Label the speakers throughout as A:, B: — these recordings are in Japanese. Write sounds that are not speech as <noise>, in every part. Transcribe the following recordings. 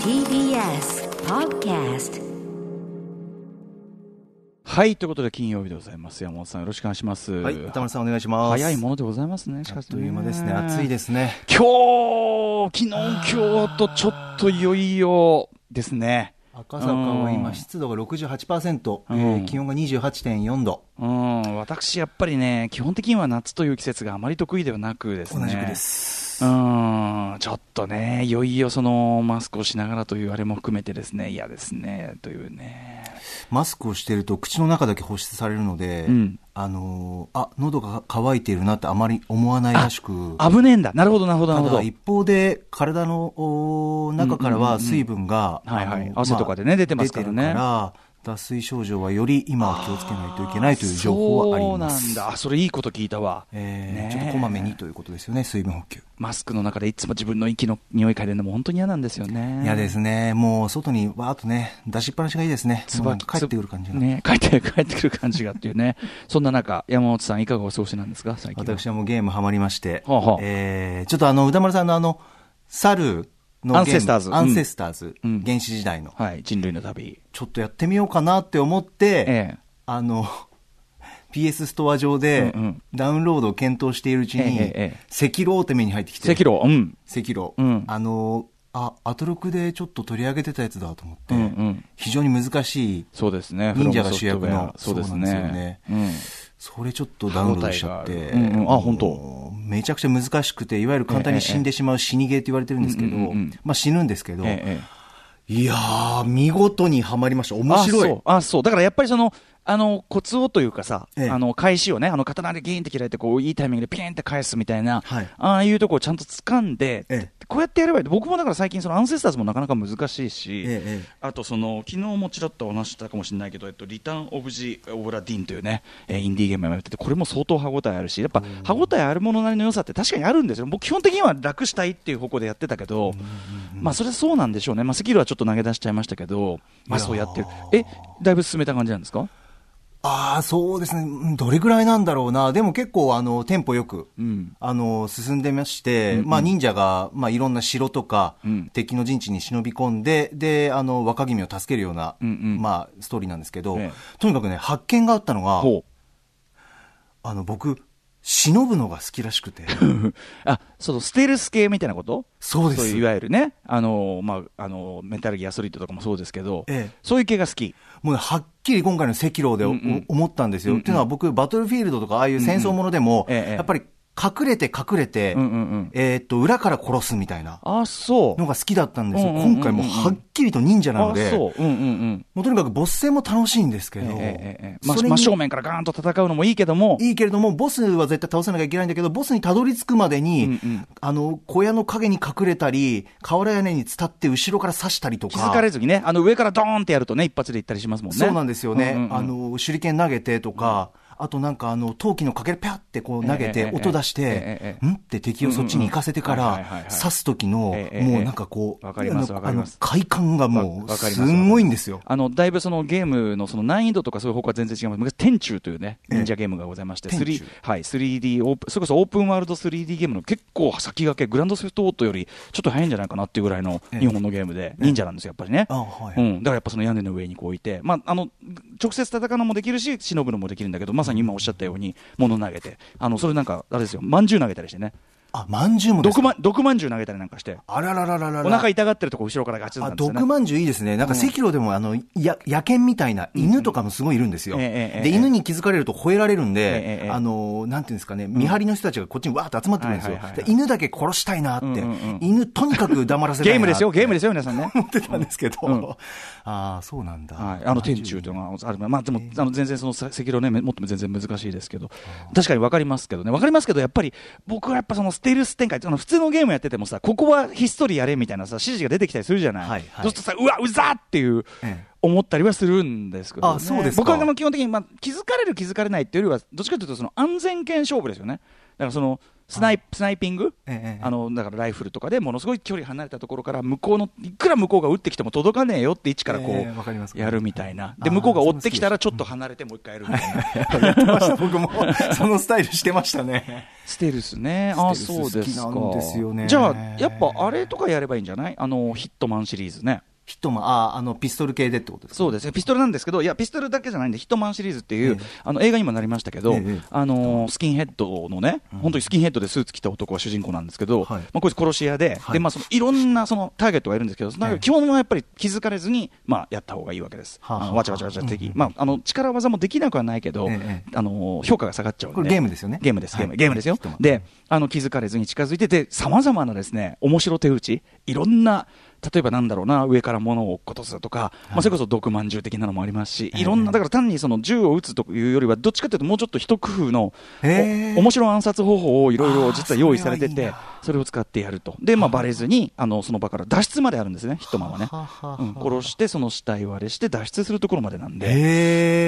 A: TBS Podcast
B: はい、ということで金曜日でございます。山本さんよろしくお願いします。
C: はい、田村さんお願いします。
B: 早いものでございますね、し
C: あ
B: か
C: っ
B: し。
C: という間ですね。暑いですすね。
B: 今日、昨日、今日とちょっといよいよですね。
C: 赤坂は
B: う
C: 今
B: ん
C: 湿度が68%、え
B: うん
C: ー気温が28.4度。
B: うん、私やっぱりね、基本的には夏という季節があまり得意ではなくですね。
C: 同じくで。す。
B: うん、ちょっとね、いよいよそのマスクをしながらというあれも含めてですね、嫌ですね、というね。
C: マスクをしてると口の中だけ保湿されるので、
B: うん
C: あのーあ、喉が乾いているなってあまり思わないらしく。
B: 危ねえんだ。なるほど、なるほど、な
C: た
B: るほ
C: だ
B: ど。
C: 一方で、体のお中からは水分が、
B: うんうんうんはいはい
C: あの
B: 汗とかでね出てますからね
C: 出てるから脱水症状はより今は気をつけないといけないという情報はありま
B: そ
C: す。
B: うなんだ。あそれいいこと聞いたわ。
C: え
B: ね
C: ー
B: え
C: ちょっとこまめにということですよね、水分補給。
B: マスクの中でいつも自分の息の匂い嗅いでるのも本当に嫌なんですよね。
C: いやですね、もう外にわーっとね、出しっぱなしがいいですね。もう
B: 椿
C: 帰ってくる感じが。
B: ね、帰って、 <laughs> 帰ってくる感じがっていうね。そんな中、山本さんいかがお過ごしなんですか最近は。
C: 私はもうゲームハマりまして、
B: ほうほう
C: えーちょっとあの、歌丸さんのあの、猿のゲーム
B: アンセスターズ
C: アンセスターズ、
B: うん
C: 原始時代の、
B: はい、人類の旅。
C: ちょっとやってみようかなって思って、
B: ええ
C: あの、PS ストア上で
B: うんうん
C: ダウンロードを検討しているうち
B: ええ
C: に
B: ええ、
C: 赤老って目に入ってきて、
B: 赤
C: 赤
B: 炉、うん。
C: 老、
B: うん
C: あの、あ、アトロクでちょっと取り上げてたやつだと思って、
B: うんうん
C: 非常に難しい
B: そうですね。
C: 忍者が主役の
B: そうです
C: そうなんですよ
B: ね
C: ね。
B: うん。
C: それちょっとダウンロードしちゃって、
B: 歯応えがあるうんうんあ本当
C: めちゃくちゃ難しくて、いわゆる簡単に死んでしまう死にゲーって言われてるんですけど、
B: うんうんうんうん
C: まあ死ぬんですけど、
B: ええええ
C: いやー、見事にはまりました。面白
B: あ
C: い
B: そう。あそうだからやっぱりそのあのコツをというかさ、
C: ええ
B: あの返しをねあの刀でギーンって切られてこういいタイミングでピーンって返すみたいな、
C: はい
B: ああいうとこをちゃんと掴んで、
C: ええ
B: こうやってやればいい僕もだから最近そのアンセスターズもなかなか難しいし、
C: ええええ
B: あとその昨日もちらっとお話ししたかもしれないけど、えっと、リターン・オブ・ジ・オブ・ラ・ディーンというね、えーインディーゲームもやっててこれも相当歯応えあるしやっぱ歯応えあるものなりの良さって確かにあるんですよ僕基本的には楽したいっていう方向でやってたけど、まあそれはそうなんでしょうね、まあ、スキルはちょっと投げ出しちゃいましたけど、まあ、そうやってるえだいぶ進めた感じなんですか
C: ああ、そうですね。うんどれぐらいなんだろうな。でも結構、あの、テンポよく、
B: ん
C: あの、進んでまして、まあ、忍者が、まあ、いろんな城とか、
B: ん
C: 敵の陣地に忍び込んで、で、あの、若君を助けるような、
B: うんうん
C: まあ、ストーリーなんですけど、
B: ええ
C: とにかくね、発見があったのが、
B: ほ
C: あの、僕、忍ぶのが好きら
B: <laughs>
C: しくて。
B: うあそのステルス系みたいなこと
C: そうです。
B: いわゆるね、あのまあ、あのメンタルギアソリッドとかもそうですけど、
C: ええ
B: そういう系が好き。
C: もうねはっきり今回の赤狼でお、
B: うんうん
C: お思ったんですよ。っていうのは僕、バトルフィールドとか、ああいう戦争ものでも、
B: うんうんええ
C: やっぱり隠れて隠れて、
B: うんうんうん
C: えーっと、裏から殺すみたいな
B: あそう
C: のが好きだったんですよ。
B: うんうんうんうん
C: 今回もはっきりと忍者なの
B: あ
C: で、
B: そう、うんうんうん。
C: もうとにかくボス戦も楽しいんですけ
B: ええ
C: ど、
B: ええええまあ
C: それに
B: 真正面からガーンと戦うのもいいけども、
C: いいけれども、ボスは絶対倒さなきゃいけないんだけど、ボスにたどり着くまでに、
B: うんうん
C: あの、小屋の陰に隠れたり、瓦屋根に伝って後ろから刺したりとか。
B: 気づかれずにね、あの上からドーンってやるとね、一発でいったりしますもんね。
C: そうなんですよ
B: う
C: ね。
B: んうんうん
C: あの、手裏剣投げてとか、あとなんかあの、陶器のかけらぴゃってこう投げ
B: ええ
C: て
B: え、え
C: 音出し
B: え
C: て
B: え、
C: んって敵をそっちに行かせてか
B: うんうんはいはい
C: ら
B: はい、
C: 刺す時の、も
B: ええええ
C: うなんかこう、
B: わかります
C: あの
B: わかります
C: あの快感が
B: わ
C: もう、
B: わかります
C: すんごいんですよ。
B: あのだいぶそのゲームのその難易度とかそういう方向は全然違います、昔、天柱というね、
C: ええ
B: 忍者ゲームがございまして、
C: 天柱
B: 3D はい、3D オープン、それこそオープンワールド 3D ゲームの結構先駆け、グランドセフトオートよりちょっと早いんじゃないかなっていうぐらいの
C: ええ
B: 日本のゲームで、忍者なんですよ、やっぱりね。
C: あはい
B: うん、だからやっぱその屋根の上にこう置いて、まあ、あの直接戦うのもできるし、忍ぶのもできるんだけど、まさに今おっしゃったように、物投げて、あのそれなんか、あれですよ、まんじゅう投げたりしてね、
C: あ、まんじゅうもです
B: 毒
C: か
B: ま毒まんじゅう投げたりなんかして、
C: あらららららら。
B: お腹痛がってるとこ、後ろからガチッと
C: あ
B: なんですよね
C: 毒まんじゅういいですね、なんか赤炉でもあのや野犬みたいな犬とかもすごいいるんですよ、
B: ええええ
C: で
B: ええ
C: 犬に気づかれると吠えられるん
B: え
C: で、
B: えええ
C: あのなんていうんですかね、見張りの人たちがこっちにわーって集まってくるんですよ、
B: はいはいはいはい
C: で犬だけ殺したいなって、
B: うんうんうん
C: 犬、とにかく黙らせたいな
B: ゲームですよ、ゲームですすよ、皆さんね。
C: 思ってたんですけど、
B: うん
C: ああ、そうなんだ、
B: はい、あの天柱というのがある、まあ、でも、あの全然その赤色ね、めもっとも全然難しいですけど、確かに分かりますけどね、分かりますけど、やっぱり僕はやっぱそのステルス展開、あの普通のゲームやっててもさ、ここはひっそりやれみたいなさ、指示が出てきたりするじゃない、
C: はい
B: そう
C: はい
B: するとさ、うわ、うざっていう
C: ええ、
B: 思ったりはするんですけど、ね、
C: あそうですか
B: 僕はあの基本的に、まあ、気づかれる、気づかれないっていうよりは、どっちかというとその安全圏勝負ですよね。だからそのスナイスナイピング、
C: ええええ
B: あのだからライフルとかでものすごい距離離れたところから向こうのいくら向こうが撃ってきても届かねえよって位置からこう、
C: ええわかります
B: やるみたいな
C: あ
B: で
C: ー
B: 向こうが追ってきたらちょっと離れてもう一回やるみたいな、
C: やってました、僕も。そのスタイルしてましたね。
B: ステルスね
C: ステルス
B: あそうですか
C: 好きなんですよね
B: じゃあやっぱあれとかやればいいんじゃないあのヒットマンシリーズね
C: ヒットマン、あ、あの、ピストル系でってことですか
B: そうですね、ピストルなんですけど、いや、ピストルだけじゃないんで、ヒットマンシリーズっていう、
C: ええ
B: あの映画にもなりましたけど、
C: ええ
B: あのースキンヘッドのね、本当にスキンヘッドでスーツ着た男が主人公なんですけど、
C: はい
B: まあ、こいつ殺し屋で、い
C: はい
B: でまあ、そのいろんなそのターゲットがいるんですけど、その中で基本はやっぱり気づかれずに、まあ、やった方がいいわけです、
C: はあはあ
B: あのわちゃわちゃわちゃって、まあ、あの力技もできなくはないけど、
C: ええ
B: あのー評価が下がっちゃうんで、
C: これゲームですよね
B: ゲームです、ゲーム,、
C: はい
B: ゲームですよ
C: ヒットマ、ン
B: であの気づかれずに近づいてて、さまざまなですね面白手打ち、いろんな、例えばなんだろうな、上から物を落っことすとか、まあ、それこそ毒まんじゅう的なのもありますし、いろんな、だから単にその銃を撃つというよりは、どっちかというと、もうちょっと一工夫の、
C: へー
B: お面白い暗殺方法をいろいろ実は用意されて
C: あーそれはい
B: て
C: いな、
B: それを使ってやると、で、まあ、バレずにあの、その場から脱出まであるんですね、ヒットマンはね。
C: ははは
B: うん、殺して、その死体割れして、脱出するところまでなんで。
C: へ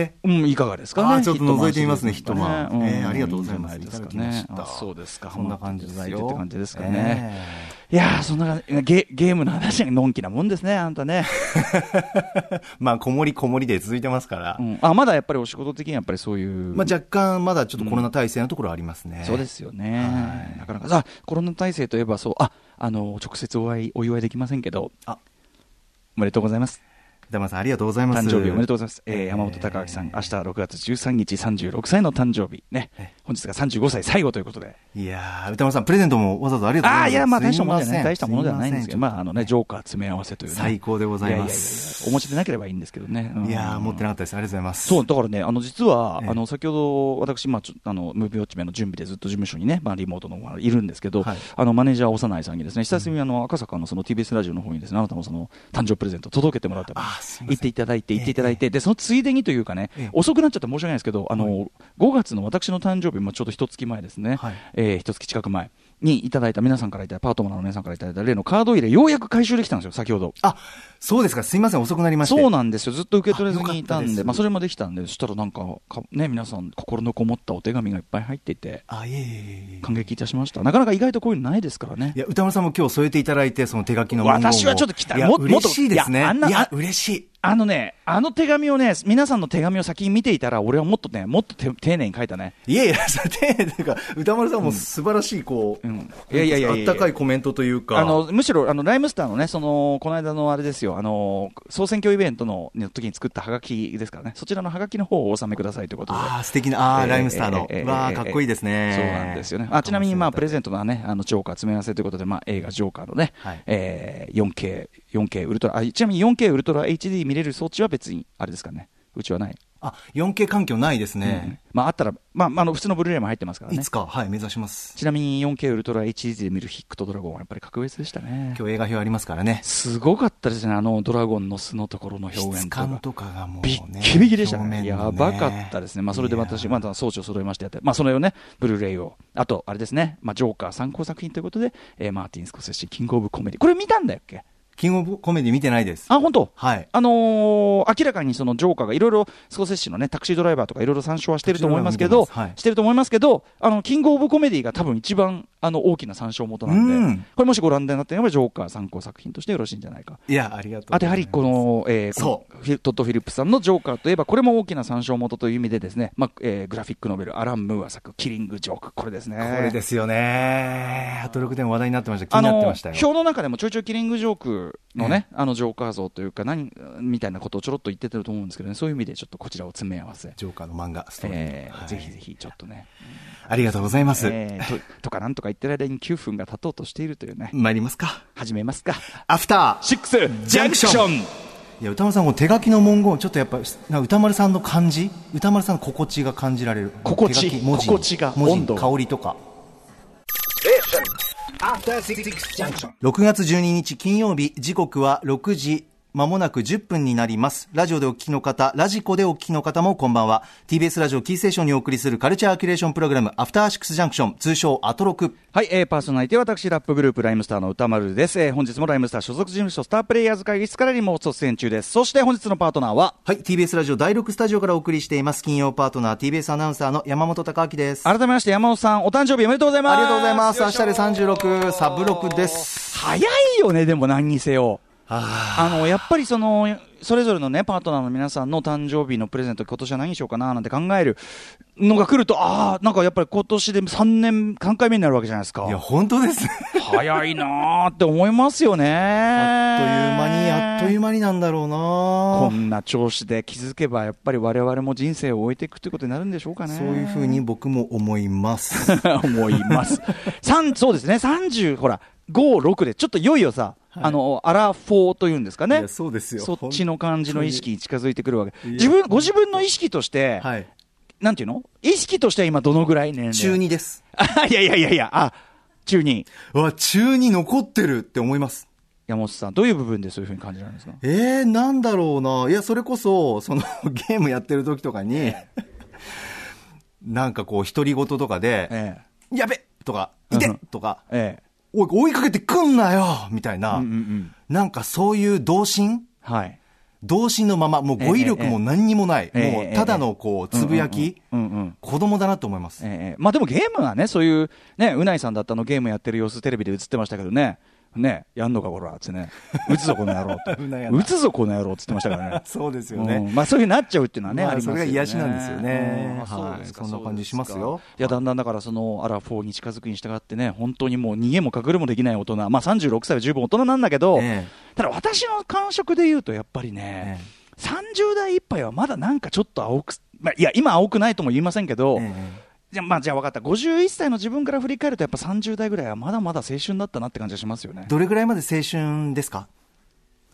C: え。
B: うん、いかがですか
C: あ
B: ね。
C: ーちょっと覗いてみますね
B: ヒットマンシリーズとか
C: ヒットマンえーありがとうございます
B: んじゃなですか
C: いただきまし
B: ね。
C: た
B: あそうですか。
C: そんな感じです
B: ハ
C: よ
B: マっていただいてって感じですかね。いやー、そんな感じゲ、ゲームの話がのんきなもんですね、あんた
C: <laughs>
B: ね。
C: <laughs> まあ、こもりこもりで続いてますから
B: う。ん、あ、まだやっぱりお仕事的にはやっぱりそういう。
C: まあ、若干、まだちょっとコロナ体制のところありますね。。
B: そうですすよね。なかなか、あ、コロナ体制といえばそう、あ、あの、直接お会い、お祝いできませんけど、
C: あ、
B: おめでとうございます。
C: 歌丸さん、ありがとうございます。
B: 誕生日おめでとうございます。えー山本隆明さん、明日6月13日36歳の誕生日。ね
C: え。
B: 本日が35歳最後ということで。
C: いやー、歌丸さん、プレゼントもわざわざありがとうござ
B: あ
C: います。
B: あ、いや、まあ、
C: す
B: 大したものじゃ
C: せ
B: ない。大したものではないんですけど、
C: ませ
B: まあ、あのね、ジョーカー詰め合わせというね。
C: 最高でございます
B: やいやいやいやお持ちでなければいいんですけどね。うん
C: いやー、持ってなかったです。ありがとうございます。
B: そう、だからね、あの、実は、
C: ええ
B: あの、先ほど、私、まあ、ちょあの、ムービーウォッチメンの準備でずっと事務所にね、まあ、リモートの、まあいるんですけど、
C: はい
B: あの、マネージャー、幼いさんにですね、久しぶりに、あの、赤坂のその TBS ラジオの方にですね、あなたのその、誕生日プレゼント届けてもらった
C: あすいません
B: 行っていただいて、行っていただいて、で、そのついでにというかね、
C: ええ
B: 遅くなっちゃって申し訳ないですけど、あの、5月の私の誕生日、まあ、ちょうど一月前ですね、
C: はい
B: えー一月近く前。にいただいた皆さんからいただいたパートナーの皆さんからいただいた例のカード入れようやく回収できたんですよ先ほど
C: あ、そうですか。すいません、遅くなりまして。
B: そうなんですよ、ずっと受け取れずにいた
C: あよか
B: ん
C: った
B: で、
C: です
B: まあ、それもできたんで、そしたらなんかか、ね、皆さん、心のこもったお手紙がいっぱい入っていて、
C: あ、いえいえいえいえ。
B: 感激いたしました、なかなか意外とこういうのないですからね
C: い、や、歌丸さんも今日添えていただいて、その手書きの文言を
B: 私はちょっと来た
C: いや、
B: もっと
C: 嬉しいです
B: い
C: ね。
B: やあんない
C: や、嬉しい。
B: あのね、あの手紙をね、皆さんの手紙を先に見ていたら、俺はもっとね、 <laughs> もっとて丁寧に書いたね。
C: いやい <laughs> や、さて、というか、歌丸さんも素晴らしい、こう、
B: うんいやいやいやいやいや
C: あったかいコメントというか、
B: あのむしろあのライムスターのね、そのこの間のあれですよ、あの総選挙イベントのの時に作ったハガキですからね、そちらのハガキの方をお納めくださいということで。
C: あー素敵な、あー
B: え
C: ライムスターの、
B: ええ
C: わあ、
B: ええ
C: かっこいいですね。
B: そうなんですよね。あちなみに、まあ、プレゼントのね、あの、ジョーカー詰め合わせということで、まあ、映画ジョーカーのね、
C: はい
B: えー 4K、4K ウルトラ、あ、ちなみに 4K ウルトラ HD 見れる装置は別に、あれですかね。うちはない。
C: あ、4K 環境ないですね。
B: うんまあ、あったら、まあ、まあ、あの、普通のブルーレイも入ってますから
C: い
B: ね
C: つ。か、はい、目指します。
B: ちなみに 4K ウルトラ HD で見るヒックとドラゴンはやっぱり格別でしたね。
C: 今日映画表ありますからね。
B: すごかったですね、あの、ドラゴンの巣のところの表現
C: 質
B: とか
C: 感。とかがもう、
B: びっ
C: ね、
B: きびきでした
C: 表
B: ね。
C: 面
B: や
C: のね
B: ばかったですね。まあ、それで私、
C: いや
B: まだ装置を揃えましてやって、まあ、それをね、ブルーレイを、あと、あれですね、まあ、ジョーカー参考作品ということで、えーマーティン・スコセッシ、キング・オブ・コメディ。これ見たんだよっけ
C: キングオブコメディ見てないです。
B: あ、本当
C: はい
B: あのー明らかにそのジョーカーがいろいろ、スコセッシのね、タクシードライバーとかいろいろ参照はしてると思いますけど、
C: タクシードライバー見てますはい
B: してると思いますけど、あの、キング・オブ・コメディが多分一番、あの、大きな参照元なんで、
C: うん
B: これもしご覧になっていれば、ジョーカー参考作品としてよろしいんじゃないか。
C: いや、ありがとうご
B: あと
C: ざい
B: やは
C: ます。
B: りこの、えー
C: そう
B: このフィトッド・フィリップさんのジョーカーといえば、これも大きな参照元という意味で、ですね、まあえーグラフィックノベル、アラン・ムーア作、キリング・ジョーク、これですね。
C: これですよね。アトロクでも話題になってました。気
B: あ
C: になって
B: の
C: ました
B: 表
C: よ。
B: の中でもちょいちょいキリングジョークのね、あのジョーカー像というか何みたいなことをちょろっと言っててると思うんですけどねそういう意味でちょっとこちらを詰め合わせ、
C: ジョーカーの漫画、ストーリー。
B: えー
C: はい
B: ぜひぜひちょっとね、
C: ありがとうございます。
B: えーととかなんとか言ってる間に9分が経とうとしているというね
C: 参りますか。
B: 始めますか
C: アフター。
B: 6
C: ジャンクショ
B: ン
C: いや、歌丸さん、この手書きの文言、ちょっとやっぱ、な歌丸さんの感じ、歌丸さんの心地が感じられる。
B: 心地
C: 手書き文字に
B: 心地が
C: 文字
B: 温度
C: に香りとか。6月12日金曜日、時刻は6時まもなく10分になります。ラジオでお聞きの方、ラジコでお聞きの方もこんばんは。TBS ラジオキーステーションにお送りするカルチャーキュレーションプログラム、アフターシックスジャンクション、通称アトロク。
B: はい、えー、パーソナリティは私、ラップグループ、ライムスターの歌丸です。えー、本日もライムスター所属事務所、スタープレイヤーズ会議室からリモート出演中です。そして本日のパートナーは、
C: はい、TBS ラジオ第6スタジオからお送りしています。金曜パートナー、TBS アナウンサーの山本隆明です。
B: 改めまして山本さん、お誕生日おめでとうございます。
C: ありがとうございます。
B: よ
C: 明
B: いし
C: 日
B: ょ
C: で36、サブ6です。
B: 早いよね、でも何にせよ。あのやっぱりそのそれぞれのねパートナーの皆さんの誕生日のプレゼント今年は何にしようかななんて考えるのが来るとああなんかやっぱり今年で3年3回目になるわけじゃないですか
C: いや、本当ですね。
B: 早いなーって思いますよね
C: あっという間に、
B: あ
C: あっという間になんだろうな
B: こんな調子で気づけばやっぱり我々も人生を終えていくということになるんでしょうかね
C: そういうふうに僕も思います。
B: <laughs> 思います。三そうですね、30、ほら、5、6で、ちょっといよいよさ、あの、アラフォーというんですか
C: い
B: ね。
C: やそうですよ
B: そっちの感じの意識に近づいてくるわけ。
C: に
B: 自分、ご自分の意識として、
C: <laughs> はい。
B: なんていうの意識としては今どのぐらい年齢
C: <laughs> 中。2です。
B: <laughs> あ、いやいやいやいや、あ、中2。
C: うわ、中2残ってるって思います。
B: 山本さん、どういう部分でそういうふうに感じられるんですか
C: えー、なんだろうな。いや、それこそ、その、 <laughs> ゲームやってる時とかに、なんかこう、独り言とかで、
B: え
C: やべとか、いて
B: うん
C: とか、
B: え。ええ。
C: おい、追いかけてくんなよみたいな、
B: うんうんうん。
C: なんかそういう童心
B: はい。
C: 童心のまま、もう語彙力も何にもない、
B: ええええええ
C: もうただのこう、つぶやき、
B: うんうんうんうんうん
C: 子供だなと思います。
B: ええまあでもゲームはね、そういう、ね、うないさんだったのゲームやってる様子テレビで映ってましたけどね。ね、やんのかこらっつって
C: <laughs>
B: ね。打つぞこの野郎って。
C: うなやな。
B: 打つぞこの野郎っつってましたからね
C: <laughs> そうですよね。
B: うんまあそういうふうになっちゃうっていうのはね、
C: まあ
B: ありますよね
C: それが癒しなんですよね
B: うん
C: はい
B: そうですか
C: そんな感じしますよ
B: そうですかいやだんだんだからそのアラフォーに近づくに従ってね本当にもう逃げも隠れもできない大人まあ36歳は十分大人なんだけど、
C: ええ
B: ただ私の感触で言うとやっぱりね、30代いっぱいはまだなんかちょっと青くす、まあ、いや今青くないとも言いませんけど、
C: え
B: じゃあまあ、じゃあ分かった、51歳の自分から振り返ると、やっぱ30代ぐらいはまだまだ青春だったなって感じがしますよね
C: え。どれぐらいまで青春ですか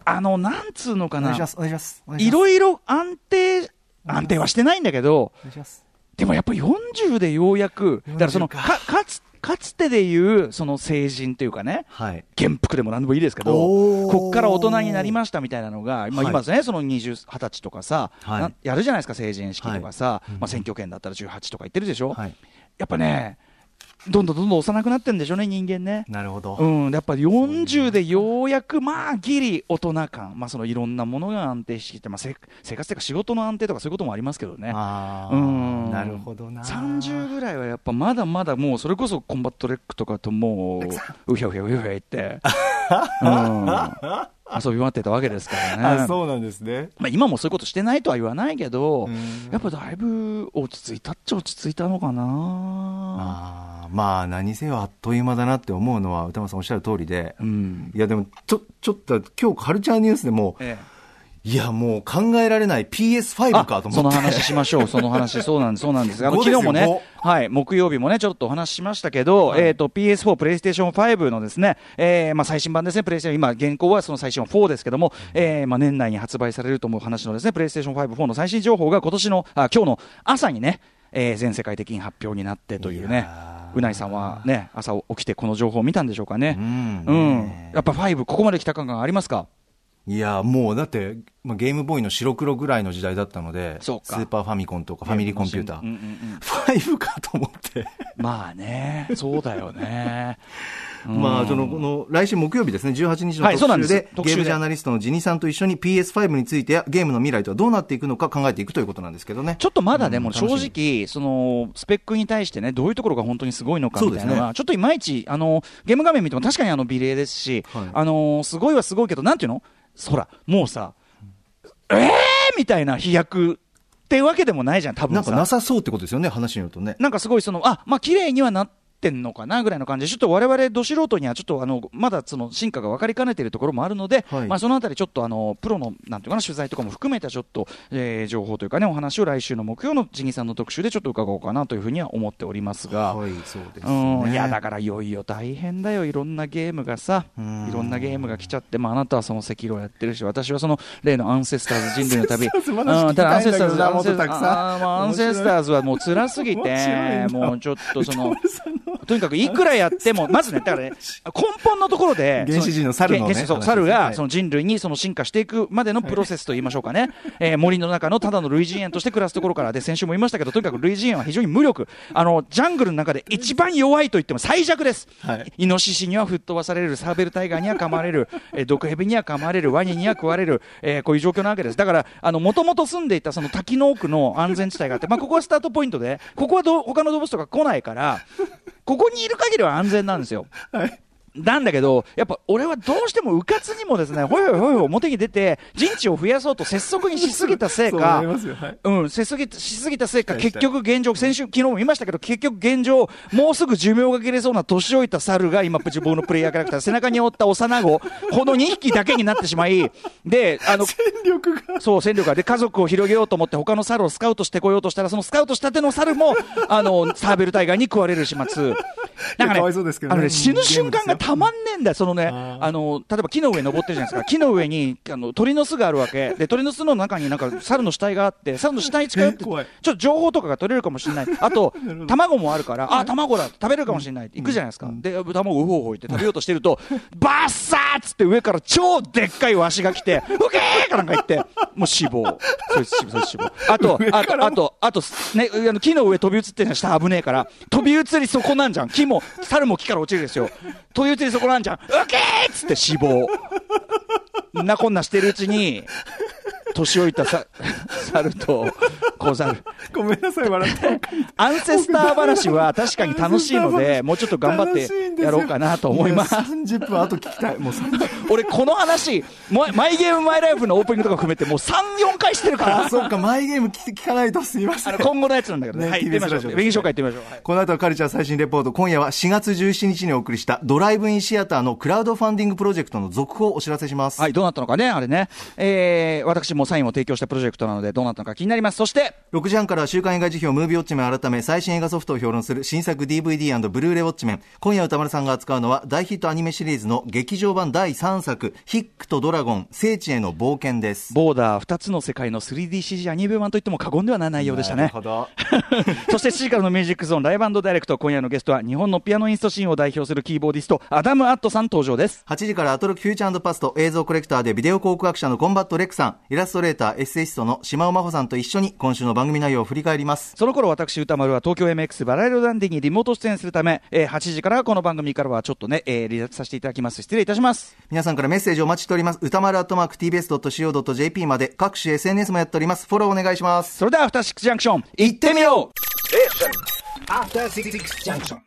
B: あの、なんつうのか
C: お
B: な
C: 願いし、ます。お願いします。お願い
B: い
C: します
B: ろいろ安定、安定はしてないんだけど、
C: お願いします。
B: でもやっぱ40でようやく、だからその、
C: 40
B: か
C: か
B: かつ、かつてでいう、その成人というかね、
C: はい。
B: 元服でもなんでもいいですけど、
C: おー
B: こっから大人になりましたみたいなのが、まあ、
C: はい
B: 今ですね、その20 20歳とかさ、
C: はい
B: なやるじゃないですか、成人式とかさ、まあ、選挙権だったら18とか言ってるでしょ、
C: はい
B: やっぱね、どんどんどんどん幼くなってんでしょうね、人間ね。
C: なるほど。
B: うん、やっぱり40でようやく、まあ、ギリ大人感、まあ、そのいろんなものが安定してきて、まあ、せ生活というか仕事の安定とかそういうこともありますけどね。
C: ああ、
B: うん
C: なるほどな。
B: 30ぐらいはやっぱまだまだもうそれこそコンバットレックとかともううひゃうひゃうひゃうひゃ言って、うん、遊び回ってたわけですからね
C: あそうなんですね。
B: まあ、今もそういうことしてないとは言わないけど
C: うん
B: やっぱだいぶ落ち着いたっちゃ落ち着いたのかな
C: あーまあ、何せよあっという間だなって思うのは、歌丸さんおっしゃる通りで、
B: うん
C: いや、でも、ちょ、ちょっと、今日カルチャーニュースでも、
B: ええ
C: いや、もう考えられない PS5 かと
B: そ
C: 思
B: の
C: って。
B: 話しま
C: <laughs>
B: しょう、その話、そうなんです、そうなんです。あの
C: 五で
B: 昨
C: すよ
B: 日もね、はい、木曜日もね、ちょっとお話ししましたけど、えっ、と PS4、プレイステーション5のですね、えーまあ最新版ですね、プレイステーション今現行はその最新版4ですけども、えーまあ年内に発売されると思う話のですね、プレイステーション5、4の最新情報が今年のあ今日の朝にね、えー全世界的に発表になってという
C: い
B: ね
C: や。ー
B: うないさんはね、朝起きてこの情報を見たんでしょうかね。
C: うん
B: うんやっぱ5、ここまで来た感がありますか
C: いや、もうだって、まあ、ゲームボーイの白黒ぐらいの時代だったので、ス
B: そうか
C: ーパーファミコンとかファミリーコンピュータ
B: うんうん
C: ー。
B: うん
C: 5かと思って。 <laughs>
B: まあね、そうだよね。
C: まあ、その、この、来週木曜日ですね、18日の
B: はいそうなん
C: 特
B: で
C: 集
B: す
C: で、
B: 特
C: ゲ
B: 集で
C: ームジャーナリストのジニさんと一緒に PS5 についてや、ゲームの未来とはどうなっていくのか考えていくということなんですけどね。
B: ちょっとまだね、
C: うん
B: もう
C: 楽
B: 正
C: しみ
B: 直、そのスペックに対してね、どういうところが本当にすごいのかみたいなの
C: そう
B: は、
C: です
B: ちょっといまいち、あのゲーム画面見ても確かにあの美麗ですし、
C: はい
B: あのすごいはすごいけど、なんていうの、ほら、もうさ、えーみたいな飛躍ってわけでもないじゃん、多
C: な
B: 分
C: んか
B: さ。
C: なさそうってことですよね、話によるとね。
B: なんかすごいその、あまあ綺麗にはなってんのかなぐらいの感じで、ちょっと我々ど素人には、ちょっとあのまだその進化が分かりかねているところもあるので、
C: はい
B: まあ、そのあたり、ちょっとあのプロのなんていうかな、取材とかも含めたちょっと、えー情報というかね、お話を来週の木曜のジギさんの特集でちょっと伺おうかなというふうには思っておりますが。
C: はい、そうです
B: う
C: <laughs> ね。
B: んいやだからいよいよ大変だよ、いろんなゲームがさ、
C: うん
B: いろんなゲームが来ちゃって、まあ、あなたはその赤色をやってるし、私はその例のアンセスターズ人類の
C: <laughs>
B: 旅、
C: スターズまだ聞きたい
B: う
C: んだけど
B: んアンセスターズ
C: な
B: アンセ
C: もっとたくさん
B: スあーまあアンセスターズはもう辛すぎ
C: 面白い
B: て
C: な、 <laughs>
B: もうちょっとその、とにかくいくらやっても、まずね、だからね、根本のところで、
C: 原始人の猿のね
B: 原始そう
C: 話ですね
B: 猿
C: は
B: が
C: い
B: その人類にその進化していくまでのプロセスと言いましょうかね、えー森の中のただの類人猿として暮らすところからで、先週も言いましたけど、とにかく類人猿は非常に無力、あのジャングルの中で一番弱いと言っても最弱です、
C: はい
B: イノシシには吹っ飛ばされる、サーベルタイガーには噛まれる、えー毒蛇には噛まれる、ワニには食われる、えーこういう状況なわけです。だから、あの、もともと住んでいたその滝の奥の安全地帯があって、まあ、ここはスタートポイントで、ここはどう他の動物とか来ないから、ここにいる限りは安全なんですよ。なんだけど、やっぱ俺はどうしてもうかつにも
C: <laughs>
B: ですね、ほいほいほいほい表に出て、陣地を増やそうと拙速にしすぎたせい
C: <laughs> そうな
B: か、
C: りますよはい
B: うん、せすぎしすぎたせいか、
C: 期待し
B: 結
C: たい
B: 局現状、先週、昨日も見ましたけど、結局現状、もうすぐ寿命が切れそうな年老いた猿が今、自分のプレイヤーキャラクター、背中に負った幼子、この2匹だけになってしまい、で、あ
C: <laughs>
B: の、
C: 力
B: <laughs>
C: が。
B: そう、戦力が。で、家族を広げようと思って、他の猿をスカウトしてこようとしたら、そのスカウトしたての猿
C: <laughs>
B: も、あの、サーベルタイガーに食われる始末。なん
C: いやかわいそうですけどね
B: あのね、死ぬ瞬間
C: う
B: が
C: ん
B: たまんねえんだよ。そのね、
C: あ
B: あ
C: ー
B: の、例えば木の上登ってるじゃないですか。木の上に、あの、鳥の巣があるわ
C: <laughs>
B: け。で、鳥の巣の中になんか猿の死体があって、猿の死体に近寄っ
C: え
B: て、ちょ
C: <laughs> 怖い
B: っと情報とかが取れるかもしれ
C: <laughs>
B: ない。あと、卵もあるから、あ、卵だ食べれるかもしれない。行くじゃないですか。で、卵をうほうほういって食べようとしてると、
C: <laughs>
B: バッサーっつって上から超でっかいワシが来て、ウケーかなんか言って、もう死亡。そいつ死亡、そいつ死亡。あと、あと、あと、あと、ね、あの木の上飛び移ってるの下危ねえから、飛び移りそこなんじゃん。木も、猿も木から落ちるですよ。飛び移りそこなんじゃん。ウケーっつって死亡。んなこんなしてるうちに、年老いたさ猿と小猿。
C: ごめんなさい、笑って。
B: アンセスター話は確かに楽しい
C: <laughs>
B: ので、もうちょっと頑張ってやろうかなと思います。
C: 30分後聞きたい。もう30
B: 俺、この話、マイマイゲームマイライフのオープニングとか含めて、もう3、4回してるか
C: あ、
B: <laughs> ら、
C: そうか、マイゲーム聞聞かないとすみませ
B: あ
C: ん
B: の。今後のやつなんだけどね。
C: ね
B: はい、行
C: TBS
B: ってみましょ
C: ラジオ
B: う。メイン紹介行ってみましょう。はい
C: この後はカルチャー最新レポート、今夜は4月17日にお送りしたドライブインシアターのクラウドファンディングプロジェクトの続報をお知らせします。
B: はい、どうなったのかね、あれね。えー、私もサインを提供したプロジェクトなので、どうなったのか気になります。そして、
C: 6時半からは週刊映画辞表ムービーウォッチメン改め最新映画ソフトを評論する新作 DVD& ブルーレイウォッチメン。今夜歌丸さんが扱うのは大ヒットアニメシリーズの劇場版第3作、ヒックとドラゴン、聖地への冒険です。
B: ボーダー2つの世界の 3DCG アニメ版といっても過言ではない内容でした
C: な
B: ね
C: る。ほど。
B: <laughs> そして7時からのミュージックゾーンライブダイレクト今夜のゲストは日本のピアノインストシーンを代表するキーボーディストアダム・アットさん登場です
C: 8時からアトロックフューチャーパスト映像コレクターでビデオ考古学者のコンバットレックさん、イラストレーター、エッセイストの島尾真帆さんと一緒に今週の番組内容を振り返ります。
B: その頃私歌丸は東京 MX バラエロダンディにリモート出演するため、えー8時からこの番組からはちょっとね、えー離脱させていただきます失礼いたします
C: 皆さんからメッセージをお待ちしております。歌丸アットマーク tbs.co.jp まで各種 SNS もやっております。フォローお願いします。
B: それではアフターシックスジャンクション行ってみよう
D: アフターシックスジャンクション。